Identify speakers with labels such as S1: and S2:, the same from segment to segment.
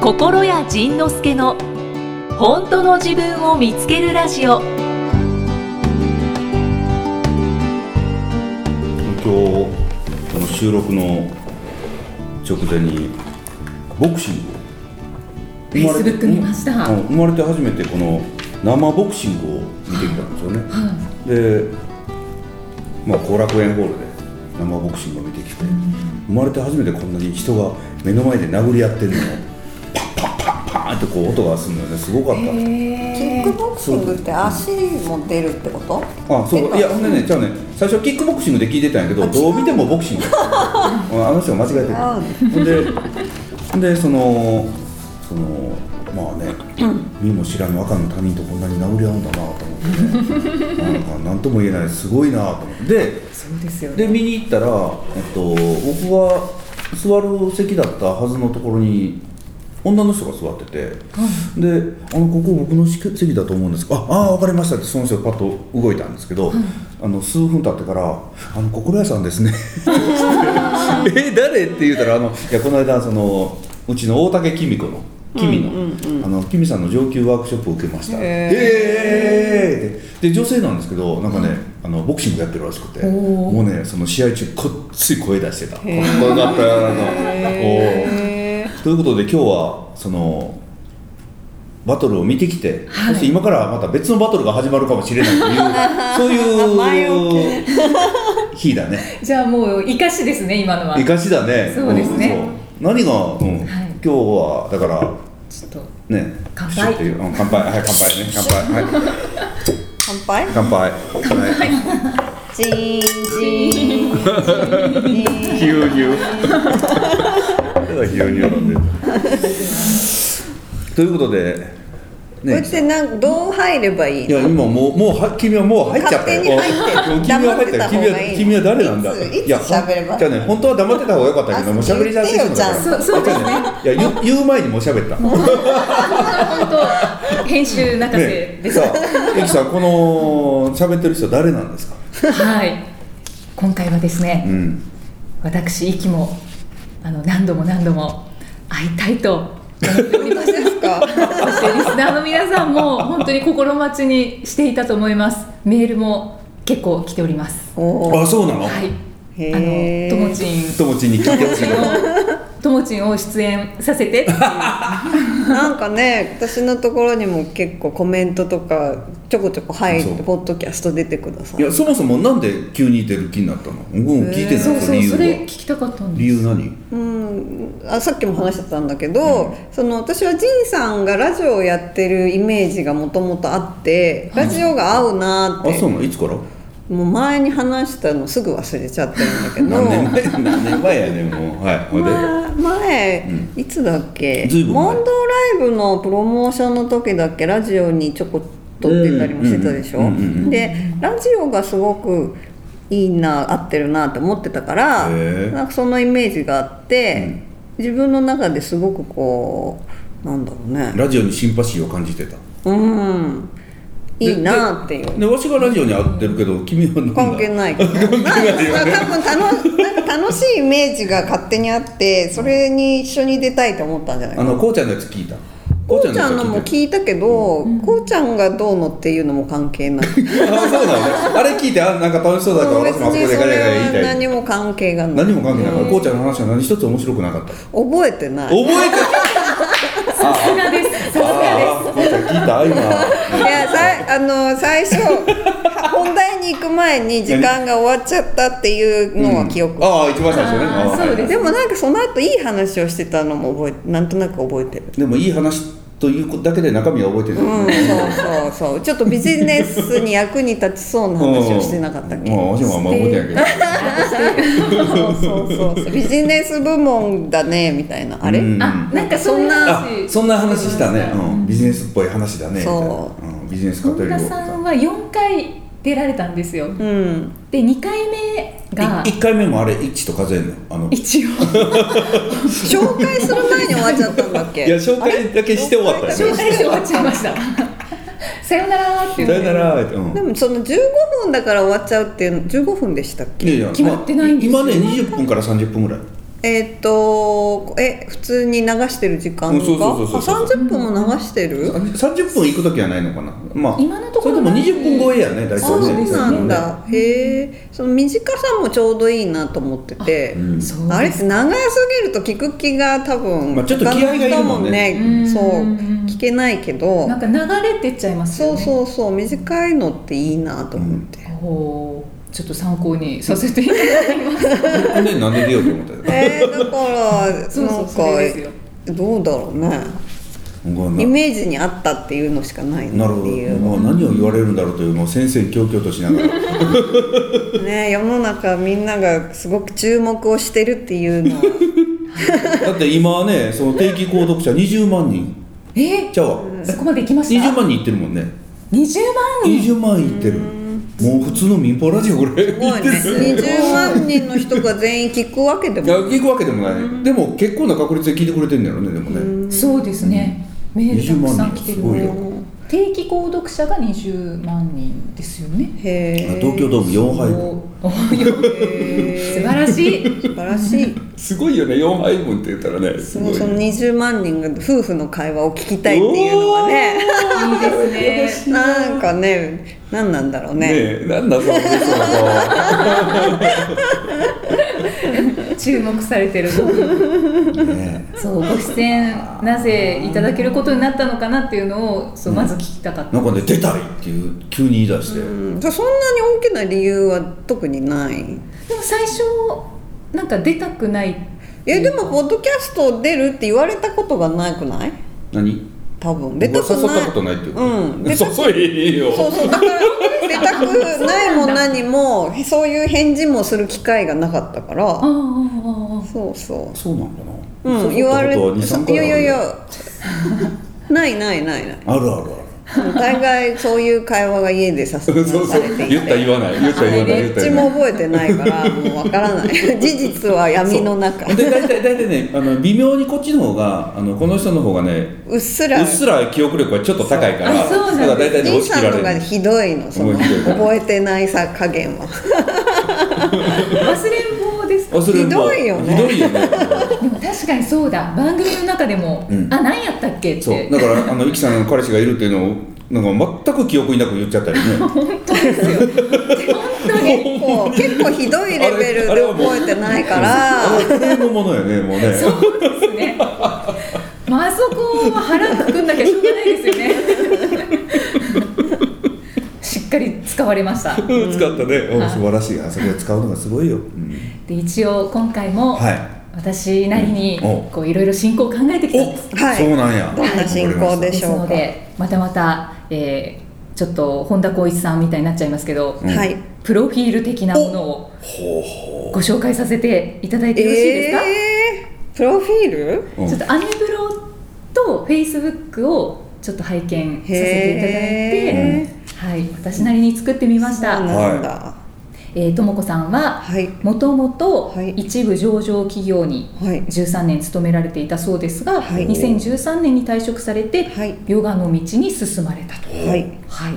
S1: 心谷仁之助の本当の自分を見つけるラジ
S2: 今
S1: オ
S2: 日この収録の直前にボクシング
S3: フェイスブック見ました
S2: うん生まれて初めてこの生ボクシングを見てきたんですよね、でまあ後楽園ホールで生ボクシングを見てきて、生まれて初めてこんなに人が目の前で殴り合ってるのをパッパッパッパーンってこう音がするのよねすごかった、
S4: キックボクシングって足も出るってこと
S2: あそ
S4: 出
S2: う
S4: た
S2: いやほんでねじゃあね最初キックボクシングで聞いてたんやけどどう見てもボクシングうんあの人が間違えてるほんででそのそのまあね、身も知らぬ赤の他人とこんなに殴り合うんだなと思って、ね、なんか何とも言えないすごいなと思ってで
S3: そうですよね
S2: で見に行ったら、えっと、僕が座る席だったはずのところに女の人が座ってて、であのここ僕の席だと思うんですけどああ分かりましたってその人がパッと動いたんですけど、あの数分経ってから「あの心屋さんですね」 え誰?」って言うたらあのいやこの間そのうちの大竹きみ子の。きみの、あのきみさんの上級ワークショップを受けました。えーでで女性なんですけど、なんかね、あのボクシングやってるらしくて、もうねその試合中こっつい声出してた。かっこよかったよあのおーということで今日はそのバトルを見てきて、そして今からまた別のバトルが始まるかもしれないというそう
S4: 前
S2: いう日だね。
S3: じゃあもう生かしですね今のは
S2: 生かしだね。
S3: そうですね
S2: んそう何が、うん
S3: はい
S2: 今日はだから
S3: ちょっと
S2: ね。
S3: 乾杯
S2: シュッていううん乾杯はい乾杯ね乾杯はい
S4: 乾杯
S2: 乾杯。はい
S4: ジーンジーン
S2: 牛乳。 牛乳なんで。ということで
S4: これっ
S2: ね。
S4: てなんどう入ればいい
S2: いや今もうもうは君はもう入っちゃったよ。
S4: 勝手に入って
S2: お君は入ったよ。君
S4: 黙ってた方
S2: は
S4: がいい
S2: 君は誰なんだ。
S4: いついつ
S2: やほん
S4: 喋れば
S2: じゃあね本当は黙ってた方が良かったけど
S4: あ
S2: もう喋り出してきたんだから。
S4: 言
S3: ってよじゃあそうそうですね
S2: いや言う言う前にもう喋った。
S3: 本当編集泣かせで
S2: ね、
S3: す、
S2: さあ、エキさん、この喋ってる人誰なんですか。
S3: はい今回はですね、
S2: うん。
S3: 私息もあの何度も何度も会いたいと
S4: 私ですか
S3: そしてリスナーの皆さんも本当に心待ちにしていたと思いますメールも結構来ております
S4: おー
S2: あ、そうなの。
S3: はいあ
S4: へ
S3: の
S4: ー
S3: ともちん
S2: 友ちに聞いてほしいな。
S3: ともちんを出演させてっていう
S4: なんかね私のところにも結構コメントとかちょこちょこ入
S2: そ
S4: っ
S2: う
S4: てポッドキャスト出てくださ
S2: い
S4: い
S2: や、そもそも、なんで急に出る気になったの。うん、聞いてな い。
S3: そうそうそれ聞
S2: 理由が。
S3: きたかったん
S2: 理
S3: です
S2: 由何。
S4: うん、あさっきも話してたんだけど、その私はジンさんがラジオをやってるイメージがもともとあってラジオが合うなー
S2: あ、
S4: って、
S2: そうなの、いつから。
S4: もう前に話したのすぐ忘れちゃってるんだ
S2: 何
S4: けど
S2: 年前、 何年前やねん、もう、はい、ほいで。
S4: まあ前、いつだっけ
S2: ずいぶん前
S4: モンドライブのプロモーションの時だっけラジオにちょこっと出たりもしてたでしょ、
S2: うんうんうんうんうん
S4: でラジオがすごくいいな合ってるなって思ってたから
S2: へえ
S4: なんかそのイメージがあって、自分の中ですごくこうなんだろうね
S2: ラジオにシンパシーを感じてた。
S4: うんいいなっていう
S2: で、わしがラジオに会ってるけど、君は何だ。
S4: 関係ない けどなんか多分楽なんか楽しいイメージが勝手にあってそれに一緒に出たいと思ったんじゃない
S2: あ
S4: かな
S2: の、こうちゃんのやつ聞いた。
S4: こうちゃんの
S2: や
S4: も
S2: つ
S4: 聞いたけど、こうちゃんがどうのっていうのも関係 ない別
S2: てる。あ、そうなのね。あれ聞いて、あ、なんか楽しそうだから、私もあそこ
S4: に
S2: で
S4: そ
S2: ガヤ
S4: れ
S2: ガヤ言い
S4: は
S2: たい。
S4: 何も関係がない
S2: 何も関係ないから、こうちゃんの話は何一つ面白くな かった。
S4: 覚えてないい
S2: 覚えて
S3: さすがですさすがです
S2: ああ、こうちゃん聞いた 今。
S4: やさあの最初本題に行く前に時間が終わっちゃったっていうのは記憶、
S2: ああ、一番最初ね。
S3: あー
S2: ああ
S3: そうです
S4: でもなんかその後いい話をしてたのも覚えてなんとなく覚えてる
S2: でもいい話ということだけで中身は覚えてる。
S4: うん、そうそうそうちょっとビジネスに役に立ちそうな話をしてなかったっけ
S2: うん、私もあんま覚えてないけど。
S4: そうそうそうそうビジネス部門だねみたいなあれ、
S2: うん
S3: あなんかそんな
S2: あ、そんな話したね。うん、ビジネスっぽい話だね。
S4: そ
S2: みたいなうんビジネスカ
S3: 本
S2: テ
S3: 田
S2: リ
S3: さん
S2: ー。
S3: は4回出られたんですよ
S4: うん
S3: で2回目が
S2: い一回目もあれ一と数えるの。あの。い
S3: 一応
S4: 紹介する前に終わっちゃったんだっけ
S2: や、紹介だけして終わったよ
S3: 紹介して終わっちゃいま したさよならって言
S2: さ
S3: っ
S2: よ
S3: て
S2: なら。うん
S4: でもその15分だから終わっちゃうっていうの15分でしたっけ
S2: いやいや
S3: 決まってないんですよ
S2: 今ね、20分から30分ぐらい。
S4: ええーっとえ普通に流してる時間
S2: うんそう
S4: とかあ
S2: そうそうそう
S4: 30分も流してる、
S2: あ30分行く時はないのかなまあ
S3: 今のところ
S2: それでも
S3: ない
S2: 20分超えやね大体ね
S4: そうなんだ、
S3: うん
S4: へえその短さもちょうどいいなと思ってて、
S2: うん
S3: そう
S4: あれって長すぎると聞く気が多分、
S2: まあちょっと気合がいるもんね
S4: 他の人もねそう
S3: うん
S4: 聞けないけど
S3: なんか流れてっちゃいますよ
S4: そう
S3: ね
S4: そうそう短いのっていいなと思って、
S3: おーちょっと参考にさせていただきます
S2: ほんでなんで出ようと思ったよ
S4: えー、だから
S3: そうそうそれですよ
S4: なんかどうだろうね
S2: ごめ
S4: イ
S2: んな
S4: メージに合ったっていうのしかない
S2: な
S4: な
S2: る
S4: っ
S2: ほ
S4: て
S2: ど、
S4: いう
S2: まあ、何を言われるんだろうというのを先生キ々としなが ら
S4: ね世の中みんながすごく注目をしてるっていうのは
S2: だって今はねその定期購読者20万人
S3: え
S2: ちゃうわ
S3: そこまで行きました
S2: 20万人いってるもんね
S3: 20万人
S2: 20万人いってるもう普通の民放ラジオぐらいいっ
S4: すごい
S2: て
S4: ね
S2: る
S4: 20万人の人が全員聞くわけで
S2: いや
S4: も
S2: 聞くわけでもないでも結構な確率で聞いてくれてんだよねでもね
S3: そうですね、メールたくさん来てる
S2: 20万人すごい
S3: の定期購読者が20万人ですよね
S4: へえ
S2: 東京ドーム4杯分
S3: お素晴らしい
S4: 素晴らしい
S2: すごいよね4杯分って言ったらねす
S4: も
S2: ご
S4: う
S2: い
S4: その20万人が夫婦の会話を聞きたいっていうのはね
S3: いいですね。
S4: なんかね何なんだろうね
S2: ねえなんだそのゲストの顔
S3: 注目されてる。
S2: ね
S3: そう、ご出演なぜいただけることになったのかなっていうのを、そうまず聞きたかっ
S2: え
S3: た。
S2: なんかね出たいっていう急に言い出して、
S4: うんそんなに大きな理由は特にない
S3: でも最初なんか出たくない。
S4: えでもポッドキャスト出るって言われたことがなくない
S2: 何
S4: 多分出
S2: 僕
S4: た
S2: は
S4: くない
S2: 誘ったことないっていうこと
S4: うん出 たく
S2: 誘いよ
S4: そうそうだから出たくないも何もそういう返事もする機会がなかったか
S3: あ
S4: ら
S3: ああ
S4: そうそ
S2: そうなんかな
S4: う
S2: 誘っ
S4: うん
S2: た
S4: 言われ
S2: ことは
S4: て
S2: 23
S4: い
S2: 回あ
S4: や
S2: る
S4: いやいやないないないない
S2: あるある
S4: 大概そういう会話が家でさ
S2: あ
S4: せ
S2: る
S4: て
S2: そうそう
S4: て
S2: 言った言わない言った言わない言っ
S4: どったち
S2: 言わ
S4: も
S2: ない
S4: 覚えてないからもうわからない事実は闇の中
S2: で大体大体ねあの微妙にこっちの方があのこの人の方がね
S4: うっす
S2: う
S4: ら
S2: っすら記憶力がちょっと高いから
S3: あそうなんだ
S2: だから大体ね
S4: じい
S2: 押し切
S4: さん
S2: ら
S4: の
S2: れ
S4: が
S2: る
S4: ひどいのその
S2: 覚えてる
S4: 覚えてないさ加減
S3: あ
S4: は
S3: ああ。忘れん坊ですか。
S2: 忘れん坊
S4: ひどいよね
S2: ひどいよね
S3: でも確かにそうだ。番組の中でも、
S2: うん
S3: あ、何やったっけっ
S2: そう
S3: て。
S2: だからあのゆきさんの彼氏がいるっていうのをなんか全く記憶になく言っちゃったりね
S4: 結 構結構ひどいレベル
S2: あれあれ
S4: で
S2: はもう
S4: 覚えてないか
S2: あ
S4: ら
S2: の永遠のものよねもうね
S3: そうですね。まああそこは腹くくんだけしょうがないですよね。しっかり使われました。
S2: うん使ったね、うん
S3: はい
S2: 素晴らしいあそこで使うのがすごいよ、うん
S3: で一応今回も、
S2: はい
S3: 私なりに
S2: お
S3: こういろいろ進行を考えてきたんです。
S4: はい
S2: そうなんや
S4: どんな進行で
S3: で
S4: し
S3: す
S4: ょうか
S3: のでまたまた、えーちょっと本田光一さんみたいになっちゃいますけど、
S2: うん
S4: はい
S3: プロフィール的なものを
S2: ほうほ
S3: ご紹介させていただいてよろしいですか、
S4: えー、プロフィール
S2: う、うん
S3: ちょっとアメブロとフェイスブックをちょっと拝見させていただいて、はい、私なりに作ってみまし
S4: そう
S3: た。
S4: なんだ
S3: えーともこさんは
S4: はい
S3: もともと
S4: はい
S3: 一部上場企業に
S4: はい
S3: 13年勤められていたそうですが、
S4: はい
S3: 2013年に退職されて、
S4: はい
S3: ヨガの道に進まれたと。
S4: はい
S3: はい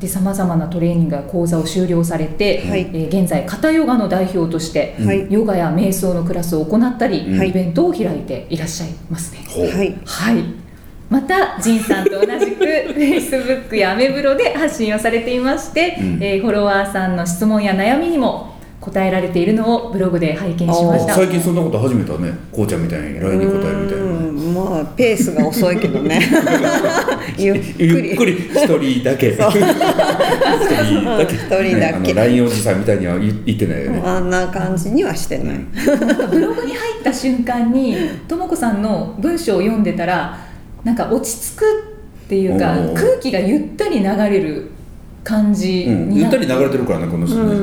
S3: でさまざまなトレーニングや講座を修了されて、
S4: はい
S3: えー現在肩ヨガの代表として、
S4: はい
S3: ヨガや瞑想のクラスを行ったり、
S4: はい
S3: イベントを開いていらっしゃいますね。
S2: ほう
S4: はい
S3: はい。また、ジンさんと同じ く Facebook やアメブロで発信をされていまして、
S2: うん
S3: えーフォロワーさんの質問や悩みにも答えられているのをブログで拝見しまし
S2: あ
S3: た。
S2: 最近そんなこと始めたねこうちゃんみたいに LINE に答えるみたいなね
S4: うんまあペースが遅いけどねゆっくり
S2: ゆっくり一人だけ一
S4: そう
S2: 人だけ
S4: 一人だけ
S2: ねあの LINE おじさんみたいには言言ってないよね
S4: あんな感じにはしてない、
S3: なんかブログに入った瞬間に、ともこさんの文章を読んでたら、なんか落ち着くっていうか
S2: おー、
S3: 空気がゆったり流れる感じ
S2: うん
S3: に
S2: ゆ
S3: な
S2: った り流れてるからねこの人ね、
S4: うん
S3: う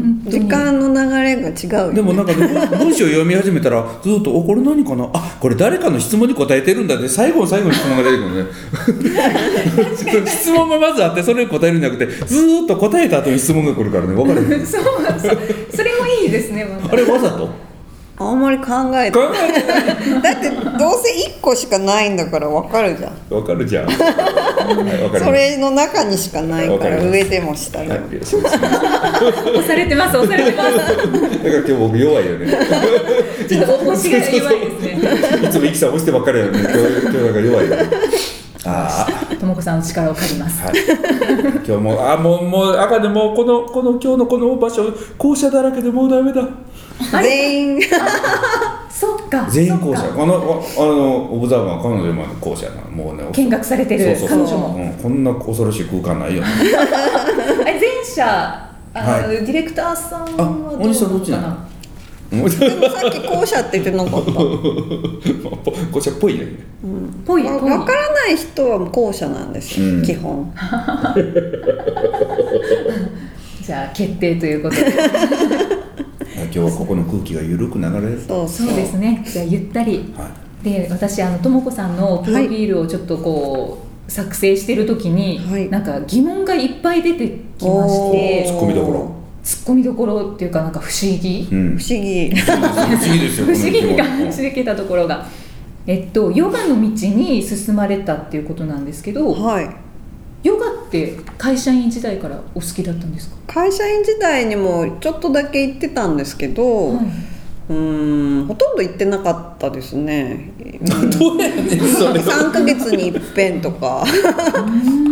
S3: ん
S4: 時間の流れが違うよね
S2: でもなんかね文文章読み始めたらずっと「おこれ何かなあこれ誰かの質問に答えてるんだ」って最後の最後に質問が出てく るね質問もまずあってそれに答えるんじゃなくてずーっと答えた後に質問が来るからね分かる
S3: そうそうそれもいいですね、また
S2: あれわざと
S4: ああんまり考えてだってどうせ1個しかないんだから分かるじゃん
S2: わかるじゃん。はい、わかります
S4: それの中にしかないか
S2: わからります
S4: 上でも下でも
S2: はいそうですね
S3: 押されてます押されてます
S2: だから今日僕弱いよ ね。
S3: ちょっと押しが弱いですね
S2: いつもイキさん押してばっかりなのに今日今日なんか弱いよね。ああ。
S3: ともこさんの力を借ります
S2: はい、 今日もあもうもう赤でもうこのこの今日のこの場所校舎だらけでもうダメだ
S4: 全員
S3: そっか
S2: 全員校舎
S3: そっか
S2: あのああのオブザーバー彼女まで校舎なのもうね
S3: 見学されてる
S2: そ
S3: 彼
S2: うそう
S3: 女
S2: そう、
S3: も
S2: うん、こんな恐ろしい空間ないよね
S3: あれ前者あの
S2: は
S3: ディレクターさん
S2: あ
S3: は
S2: 大西さんどっちな
S3: の
S2: のもうちょっ
S4: でもさっき校舎って言ってなかっ
S2: と
S4: た
S2: ぽ校舎っぽいよね
S3: ぽいぽい
S4: 分からない人は後者なんですよ、
S2: うん
S4: 基本
S3: じゃあ決定ということ で
S2: 今日はここの空気が緩く流れる
S4: そう
S3: そうですねじゃあゆったり
S2: はい
S3: で私あのともこさんのプロフィールをちょっとこう、作成してる時に、
S4: はい
S3: なんか疑問がいっぱい出てきまし
S4: お
S3: て
S4: ー
S2: ツッコミどころ
S3: ツッコミどころっていうかなんか不思議
S2: うん
S4: 不思議
S2: 不思議ですよ
S3: 不思議に
S2: この
S3: 感
S2: 気
S3: じ
S2: 持ち
S3: てきたところが。えっと、ヨガの道に進まれたっていうことなんですけど、
S4: はい
S3: ヨガって会社員時代からお好きだったんですか、
S4: 会社員時代にもちょっとだけ行ってたんですけど、
S3: はいう
S4: ーんほとんど行ってなかったですね。うん
S2: どうやねん それ
S4: 3ヶ月に一遍と か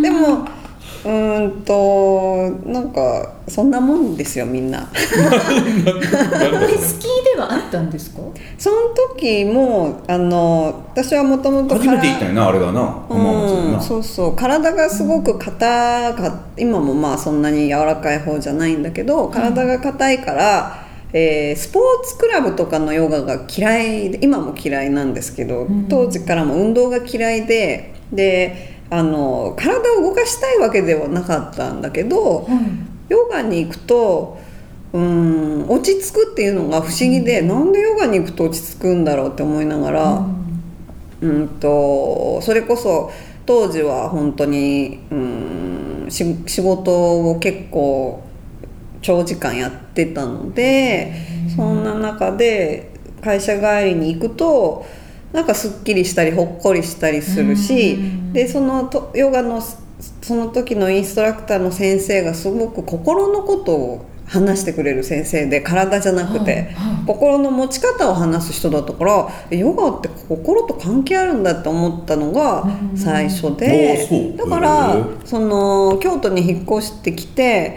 S4: でもうーんとなんかそんなもんですよみんな
S3: でスキーではあったんですか
S4: その時もあの私はもともと
S2: 初めて行ったよなあれがな浜松
S4: う
S2: に
S4: ん、
S2: な
S4: そうそう体がすごく硬か今もまあそんなに柔らかい方じゃないんだけど体が硬いから、えースポーツクラブとかのヨガが嫌いで今も嫌いなんですけど、
S3: ん
S4: 当時からも運動が嫌いでであの体を動かしたいわけではなかったんだけど、ヨガに行くとうん落ち着くっていうのが不思議で、なんでヨガに行くと落ち着くんだろうって思いながら。うんとそれこそ当時は本当にうんし仕事を結構長時間やってたのでそんな中で会社帰りに行くとなんかすっきりしたりほっこりしたりするしでそのとヨガのその時のインストラクターの先生がすごく心のことを話してくれる先生で体じゃなくて。心の持ち方を話す人だったからえヨガって心と関係あるんだって思ったのが最初
S2: あそ
S4: で
S2: う
S4: だか
S2: へ
S4: ら
S2: え
S4: その京都に引っ越してきて、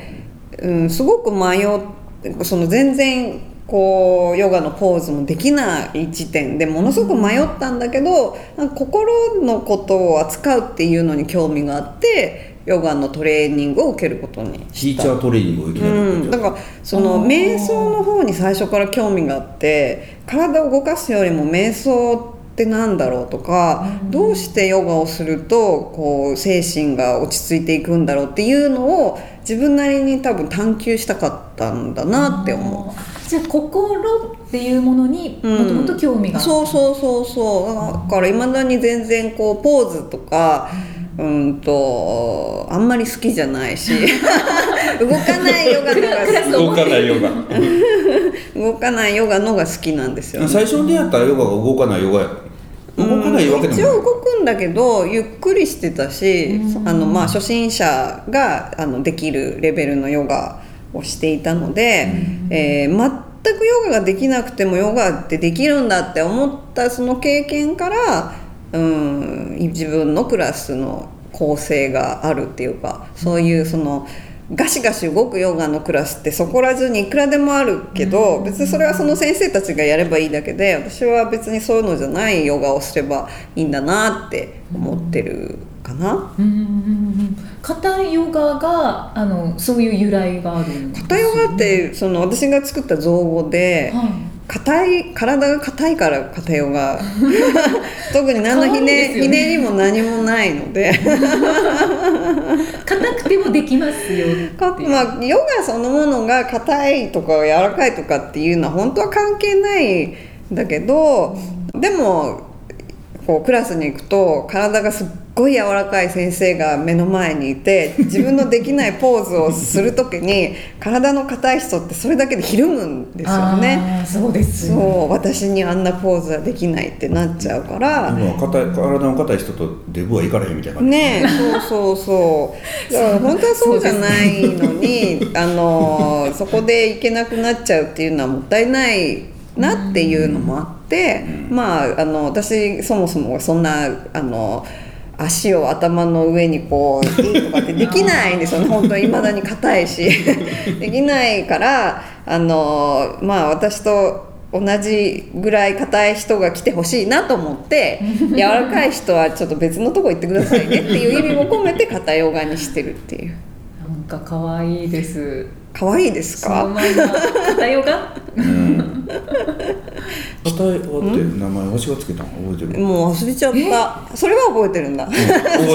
S4: うん、すごく迷ってその全然こうヨガのポーズもできない時点でものすごく迷ったんだけどなんか心のことを扱うっていうのに興味があってヨガのトレーニングを受けることに
S2: ティーチャートレーニングをいきなり
S4: う
S2: 行
S4: ん、
S2: ったよ
S4: だからその瞑想の方に最初から興味があって体を動かすよりも瞑想ってなんだろうとか、どうしてヨガをするとこう精神が落ち着いていくんだろうっていうのを自分なりに多分探求したかったんだなって思う。
S3: じゃあ心っていうものにもともと興味があった、
S4: そうそうそうそうだからいまだに全然こうポーズとかうんとあんまり好きじゃないし 動かないヨガとか好き
S2: 動かないヨガ
S4: 動かないヨガのが好きなんですよ、ね、
S2: 最初に出会ったヨガが動かないヨガやった動かないわけでも
S4: 一
S2: ない
S4: 応動くんだけどゆっくりしてたしあの、まあ、初心者があのできるレベルのヨガをしていたので、えー全くヨガができなくてもヨガってできるんだって思ったその経験から、うん、自分のクラスの構成があるっていうかそういうその。ガシガシ動くヨガのクラスってそこら中にいくらでもあるけど別にそれはその先生たちがやればいいだけで私は別にそういうのじゃないヨガをすればいいんだなって思ってるかな。
S3: うんうんうんうん硬いヨガがあのそういう由来があるんです
S4: 硬いヨガってその私が作った造語で
S3: はい
S4: 硬い体が硬いから硬いヨガ 特に何のひね
S3: 可愛いですよね
S4: ひねりも何もないので。
S3: 硬くてもできますよ
S4: かまあ、ヨガそのものが硬いとか柔らかいとかっていうのは本当は関係ないんだけどでもこうクラスに行くと体がすっごい柔らかい先生が目の前にいて自分のできないポーズをする時に体の硬い人ってそれだけでひるむんですよね。
S3: あーそうですよね
S4: そう私にあんなポーズはできないってなっちゃうから、
S2: 今は硬い体の硬い人とデブは行かれへんみたいな感じ
S4: ねえそうそうそうだから本当はそうじゃないのにあのそこで行けなくなっちゃうっていうのはもったいないなっていうのもあって、まああの私そもそもそんなあの足を頭の上にこう「いい」とかってできないんですよね本当にいまだに硬いし できないからあのまあ私と同じぐらい硬い人が来てほしいなと思って柔らかい人はちょっと別のとこ行ってくださいねっていう意味も込めて硬いヨガにしてるっていう
S3: なんか可愛いです
S4: 可愛いです
S3: その
S4: か
S3: 前の片ヨガ
S2: うん硬いはって名前わしがつけたの覚えてる
S4: もう忘れちゃったそれは覚えてるんだ
S2: 覚えてる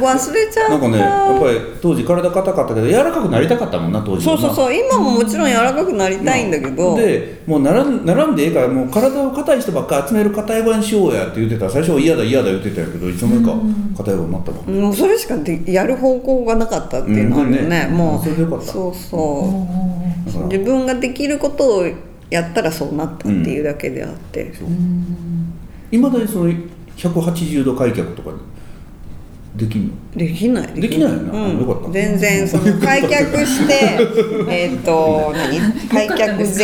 S4: 忘れちゃった
S2: なんかねやっぱり当時体硬かったけど柔らかくなりたかったもんな当時
S4: そうそう
S2: う
S4: そう今ももちろん柔らかくなりたいんだけど、
S2: でもうならんならんでええからもう体を硬い人ばっか集める硬い場にしようやって言ってた最初は嫌だ嫌だ言ってたんやけどいつの間にか硬い場になったもん
S4: もうそれしかでやる方向がなかったっていうのはね,、
S2: うんね
S4: もう
S2: それでよかった
S4: そうそ
S2: だ
S4: う
S2: から
S4: 自分ができることをやったらそうなったっていうだけであって、
S2: いまだにその180度開脚とかできんの
S4: できない
S2: できないよな
S4: うん、
S2: よかった
S4: 全然その開脚して えっと何開脚前屈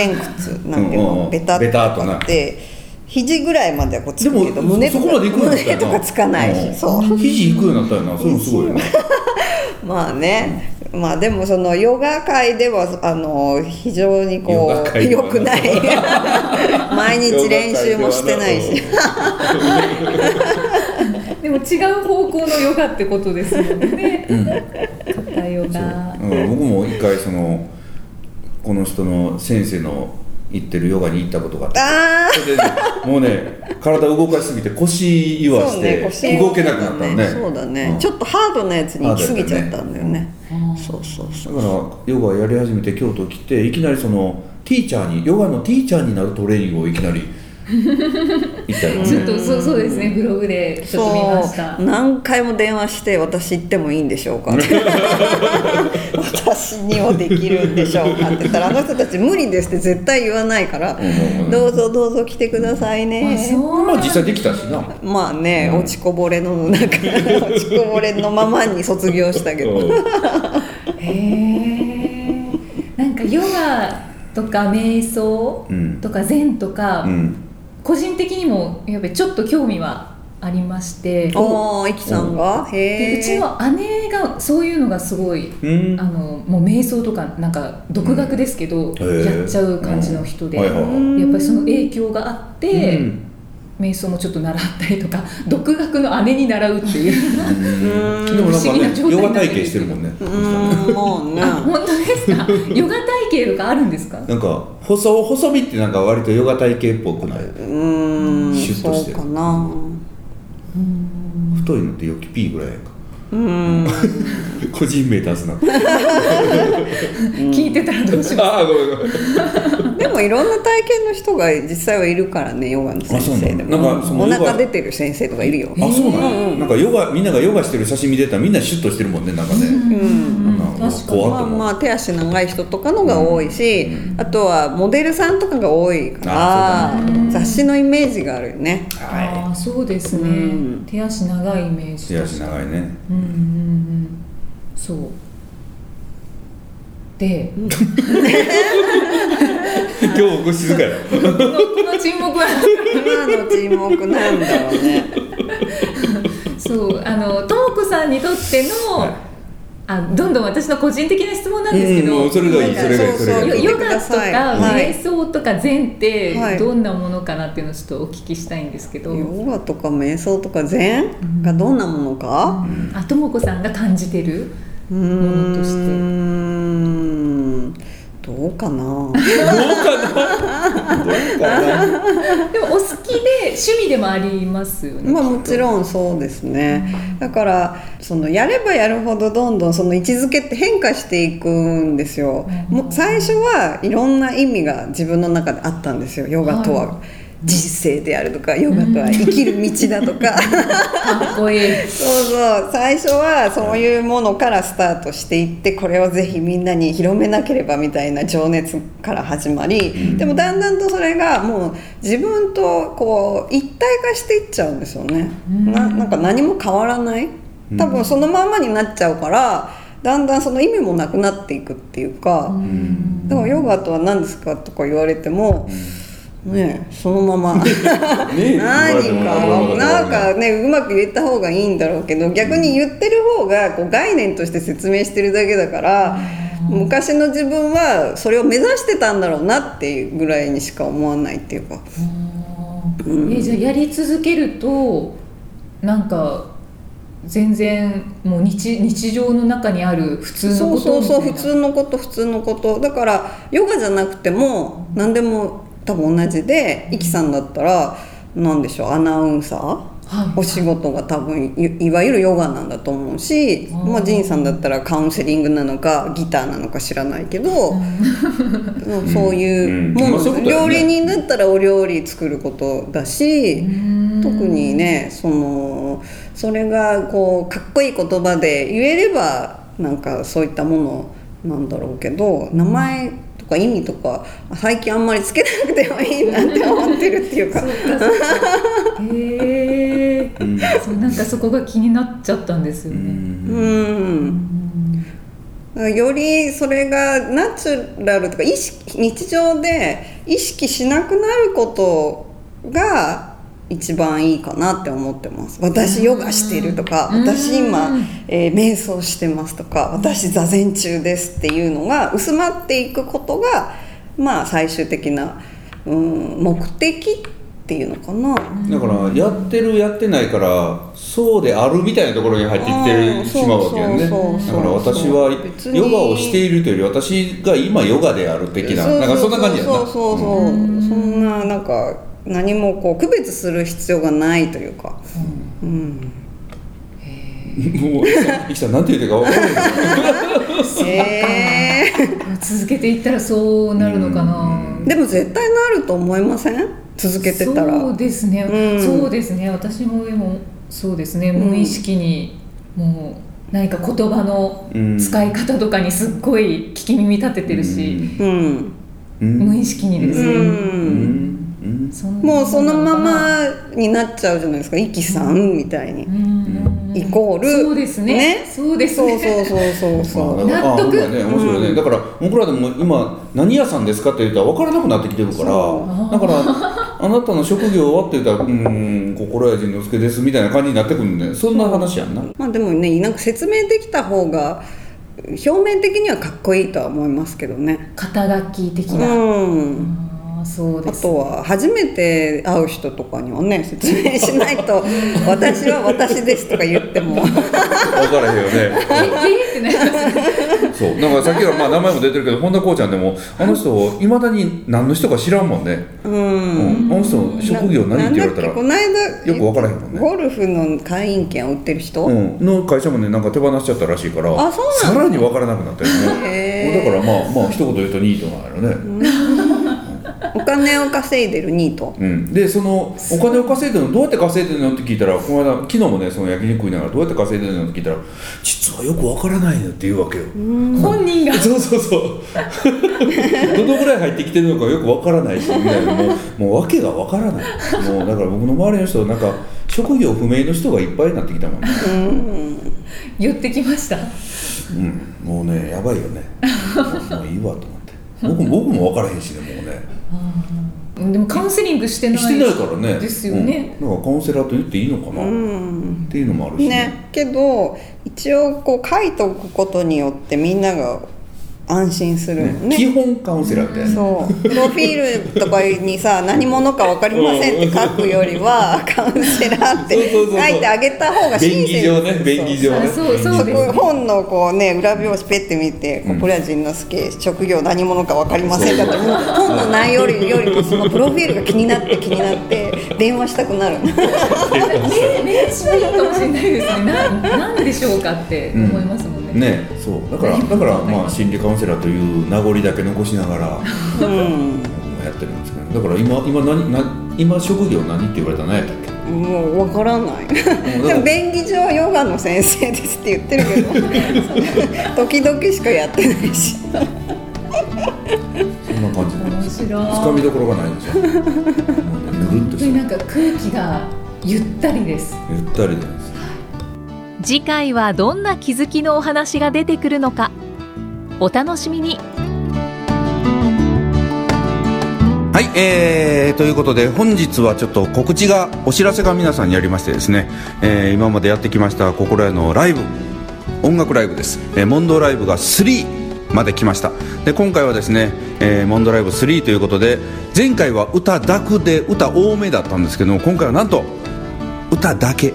S4: なんていう
S2: うんうんう
S4: の
S2: ん
S4: ベタっ
S2: ベタっ
S4: と
S2: とな
S4: かって肘ぐらいまではこうつ
S2: で
S4: く
S2: も
S4: けど胸
S2: そ
S4: と
S2: こまで行くようになった
S4: 胸
S2: よな
S4: とかつかないしそう
S2: うん肘行くようになったよなそれもすごいよな
S4: まあね、まあでもそのヨガ界ではあの非常に
S2: ヨ
S4: こ
S2: ガ
S4: う
S2: 界で
S4: 良
S2: は
S4: くない 毎日練習もしてないし
S3: でも違う方向のヨガってことですもんね片ヨガ
S2: そううん僕も一回そのこの人の先生の言ってるヨガに行ったことがあって
S4: あ
S2: それでねもうね体動かしすぎて腰言
S4: あ
S2: わして動けなくなったのね
S4: そうだね、
S2: うん
S4: ちょっとハードなやつに行き過ぎちゃったんだよねそうそうそう
S2: だからヨガやり始めて京都来ていきなりそのティーチャーにヨガのティーチャーになるトレーニングをいきなり行った よ
S3: ちょっ
S2: ね
S3: とそうそうですねブログでちょっと見ました
S4: そう 何回も電話して「私行ってもいいんでしょう か」って私にもできるんでしょうか」って言ったら「あの人たち無理です」って絶対言わないから
S2: うんうんう
S4: 「
S2: ん
S4: どうぞどうぞ来てくださいね」
S3: そう
S2: まあ実際できたしな
S4: まあね、
S2: うん
S4: 落ちこぼれの中落ちこぼれのままに卒業したけど、
S3: へえんかヨガとか瞑想
S2: うん
S3: とか禅とか、
S2: うん
S3: 個人的にもやっぱりちょっと興味はありまして
S4: おおーいきさんが、へ
S3: で
S4: え
S3: うちの姉がそういうのがすごい
S2: うん
S3: あのもう瞑想とかなんか独学ですけど、
S2: うん
S3: やっちゃう感じの人で、
S2: うんはいはい
S4: はい
S3: やっぱりその影響があって、
S2: うん
S3: 瞑想もちょっと習ったりとか 独学の姉に習うって いう
S2: うんでもなんか
S3: 不思議な状態になっ
S2: ね
S3: てる
S2: ヨガ体験してるもんね
S4: うーんもうね
S3: あ本当ですかヨガ体系とかあるんですか
S2: なんか細細身ってなんか割とヨガ体系っぽくないう
S4: ーん
S2: シュッとしてる
S4: そうかな
S2: 太いのってよきピーぐらいやんか
S4: うーん
S2: 個人名出す な
S3: 聞いてたらどうします
S2: ああごめんごめん
S4: でもいろんな体験の人が実際はいるからねヨガの先生で
S2: あそうなの
S4: も
S2: なんかその
S4: お
S2: ヨガ
S4: 腹出てる先生とかいる
S2: あ
S4: よ、
S2: そうなんやなんかヨガみんながヨガしてる写真見てたらみんなシュッとしてるもんねなんかね
S4: うん
S2: なんか
S3: 確か
S2: 怖
S4: ま
S2: っ
S4: あ
S2: と思
S4: ま
S2: う
S4: あ手足長い人とかのが多いし、あとはモデルさんとかが多いから
S2: あそう
S4: 雑誌のイメージがあるよね
S2: は
S3: ああそうですね、
S4: うん
S3: 手足長いイメー
S2: い
S3: ジ
S2: 手足長いね
S3: うんうんうんそうで
S2: 今日僕静かや
S3: このこの沈黙は
S4: 今の沈黙なんだろうね
S3: そうあのともこさんにとっての、
S2: はい
S3: あどんどん私の個人的な質問なんですけど、
S2: うんうん それがいい
S3: なんか
S2: それがいいそれがいい
S3: ヨ
S4: そうそ
S3: ヨ
S4: う
S3: ガとか
S4: はい
S3: 瞑想とか禅って
S4: はい
S3: どんなものかなっていうのをちょっとお聞きしたいんですけど、
S4: ヨガとか瞑想とか禅がどんなものか
S3: あともこさんが感じてる
S4: うー
S3: ものとして
S4: んどうかな
S3: でもお好きで趣味でもありますよね、
S4: まあもちろんそうですねだからそのやればやるほどどんどんその位置づけって変化していくんですよ、もう最初はいろんな意味が自分の中であったんですよヨガとは。人生であるとかヨガとは生きる道だとか、
S3: かっこいい。
S4: そうそう最初はそういうものからスタートしていってこれをぜひみんなに広めなければみたいな情熱から始まりでもだんだんとそれがもう自分とこう一体化していっちゃうんですよね。ななんか何も変わらない多分そのまんまになっちゃうからだんだんその意味もなくなっていくっていうか
S2: うん
S4: だからヨガとは何ですかとか言われても。ねえそのまま
S2: ねえ
S4: 何かなんか
S2: ね
S4: ねうまく入れた方がいいんだろうけど逆に言ってる方がこう概念として説明してるだけだから昔の自分はそれを目指してたんだろうなっていうぐらいにしか思わないっていうか
S3: えじゃあやり続けるとなんか全然もう日日常の中にある普通の
S4: そ
S3: こ
S4: うそ
S3: と
S4: う
S3: み
S4: そう
S3: たい
S4: 普
S3: な
S4: 通のこと普通のことだからヨガじゃなくても何でも多分同じでイキさんだったら何でしょうアナウンサー
S3: はい
S4: お仕事が多分いいわゆるヨガなんだと思うし、
S3: うん
S4: まあ、ジンさんだったらカウンセリングなのかギターなのか知らないけど、 うんそういうも
S2: うんま
S4: の、
S2: あそういうことだよ
S4: 料
S2: ね
S4: 理人だったらお料理作ることだし、特にねそのそれがこうかっこいい言葉で言えればなんかそういったものなんだろうけど名前とか意味とか最近あんまりつけなくてもいい なって思ってるっていうか。
S3: へえそうなんかそこが気になっちゃったんですよ
S2: う
S3: ね、
S2: ん
S4: うんよりそれがナチュラルとか意識日常で意識しなくなることが一番いいかなって思ってます私ヨガしてるとか
S3: うん
S4: 私今
S3: うん、
S4: えー瞑想してますとか私座禅中ですっていうのが薄まっていくことがまあ最終的な、うん、目的っていうのかな。
S2: だからやってるやってないからそうであるみたいなところに入っていってるしまうわけよね
S4: うんそうそうそう
S2: だから私は
S4: 別に
S2: ヨガをしているというより私が今ヨガである的ななんかそんな感じやな
S4: そうそうそうそう、そんななんか何もこう区別する必要がないというか、うん、
S2: もういきさんなんて言うてるか分からない
S4: え
S3: 続けていったらそうなるのかな、
S4: ー、でも絶対なると思いません続けてたら
S3: そうですね、
S4: うん
S3: そうですね私もでもそうですね無意識にもう何か言葉の使い方とかにすっごい聞き耳立ててるし、
S4: うん、
S2: うん
S3: 無意識にで
S4: う
S3: すね、
S4: ん
S2: うん
S3: そんな
S4: もうその
S3: な
S4: ま
S3: のかな
S4: まになっちゃうじゃないですか「イキさん」みたいに
S3: う、ん
S4: イコール
S3: そうですね
S4: ね
S3: そうです
S4: そう
S3: ね
S4: そうそうそう
S2: まあ
S4: そ
S2: だ
S4: う
S2: か
S3: 納
S2: ら
S3: 得
S2: あほんまやね面白いね、
S4: うん
S2: だから僕らでも今何屋さんですかって言ったら分からなくなってきてるから
S3: そう
S2: だからあなたの職業はって言ったら「うーん心屋仁之助です」みたいな感じになってくるんでそんな話やんな、
S4: まあでもねなんか説明できた方が表面的にはかっこいいとは思いますけどね
S3: 肩書き的な、
S4: うん
S3: あーそう
S4: あ
S3: です
S4: とは初めて会う人とかにはね説明しない と「私は私です」とか言っても
S2: 分からへんよ
S3: ええって
S2: ね
S3: なり ますね
S2: そうだからさっきからまあ名前も出てるけど本田こうちゃんでもあの人いまだに何の人か知らんもんね、
S4: うん
S2: うん、あの人職業何って言われたら
S4: なんだっけこの間
S2: よく分からへんもんね
S4: ゴルフの会員権を売ってる人、
S2: うん、の会社もねなんか手放しちゃったらしいから
S4: あそうなんだ
S2: さらに分からなくなったよね
S4: へー
S2: だからまあまあ一言言うとニートなんやろね、
S4: お金を稼いでるニート
S2: うん、でそのお金を稼いでるのどうやって稼いでるのって聞いたらこの間昨日もねその焼肉食いながらどうやって稼いでるのって聞いたら実はよくわからないのって言うわけよ
S3: 本人が
S2: そうそうそう どのぐらい入ってきてるのかよくわからないしみたいなもうもう訳がわからないもうだから僕の周りの人なんか職業不明の人がいっぱいになってきたもんね、
S3: 寄ってきました
S2: うん、もうねやばいよねもうもういいわと思って僕も僕も分からへんしねもうね
S3: でもカウンセリングしてない
S2: してないからね
S3: ですよね、
S2: うん、なんかカウンセラーと言っていいのかな、
S4: うん
S2: っていうのもあるし
S4: ねけど一応こう書いとくことによってみんなが安心するよ
S2: ね
S4: ね
S2: 基本カウンセラーみたいな
S4: そうプロフィールとかにさ何者か分かりませんって書くよ りはカウンセラーって
S2: そう
S4: 書
S2: そうそうそう
S4: いてあげた方が
S2: 便
S4: 親
S2: 宜
S4: 切
S2: 上ね便宜上ね
S3: そうそうそう
S4: そう
S3: です
S4: こう本のこうね裏表紙ペッて見て「こうポリアジンの助職業何者か分かりません」だったらもう本の内容よりよりもそのプロフィールが気になって気になって電話したくなる
S3: 名名刺もいいかもしれないですねななんでしょうかって思いますもんね,、
S2: ねそうだからだからまあ心理カウンセラー という名残だけ残しながら
S4: うん
S2: やってるんですけどだから今今何何今職業何って言われたら何やったっけ
S4: もうわからない
S2: もう
S4: で
S2: だ
S4: も
S2: から
S4: 便宜上ヨガの先生ですって言ってるけど時々しかやってないし
S3: 面
S2: そんな感じで
S3: 白い
S2: つかみどころがないんですよもうねぬるっ
S3: 本
S2: と
S3: 当
S2: し
S3: にな
S2: て
S3: んか空気がゆったりです
S2: ゆったりなんです
S1: 次回はどんな気づきのお話が出てくるのかお楽しみに
S2: はい、えー、ということで本日はちょっと告知がお知らせが皆さんにありましてですね、えー今までやってきました心屋のライブ音楽ライブです、えー、モンドライブが3まで来ましたで今回はですね、えーモンドライブ3ということで前回は歌だくで歌多めだったんですけども今回はなんと歌だけ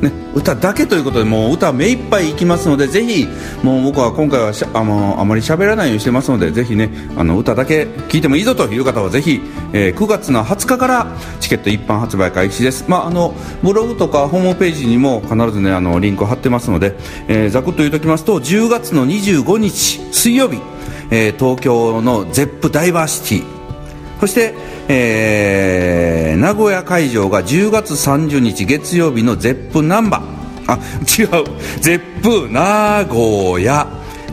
S2: ね、歌だけということでもう歌目いっぱいいきますのでぜひもう僕は今回はしゃあのあまり喋らないようにしてますのでぜひねあの歌だけ聴いてもいいぞという方はぜひ、えー9月の20日からチケット一般発売開始です、まあ、あのブログとかホームページにも必ずねあのリンクを貼ってますので、えーざくっと言うときますと10月の25日水曜日、えー東京の ZEP ダイバーシティそして、えー名古屋会場が10月30日月曜日のゼップナンバーあ違うゼップ名古屋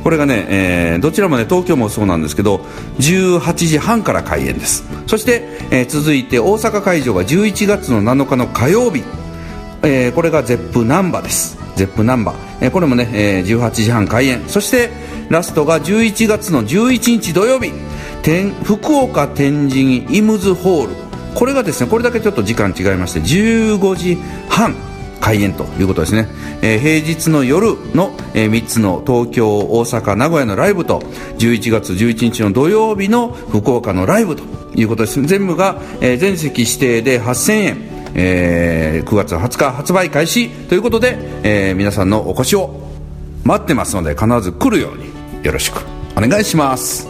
S2: これがね、えーどちらもね東京もそうなんですけど18時半から開演ですそして、えー続いて大阪会場が11月の7日の火曜日えーこれがゼップナンバですゼップナンバ、えーこれもね、えー18時半開演そしてラストが11月の11日土曜日天福岡天神イムズホールこれがですねこれだけちょっと時間違いまして15時半開演ということですね、えー平日の夜の、え3つの東京大阪名古屋のライブと11月11日の土曜日の福岡のライブということです全部が、えー全席指定で8000円えー9月20日発売開始ということで、えー皆さんのお越しを待ってますので必ず来るようによろしくお願いします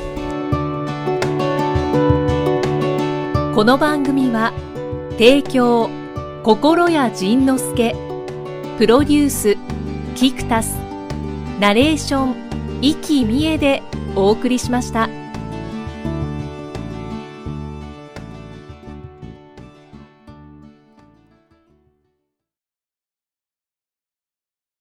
S1: この番組は提供心谷仁之助プロデュースキクタスナレーション生きみえでお送りしました。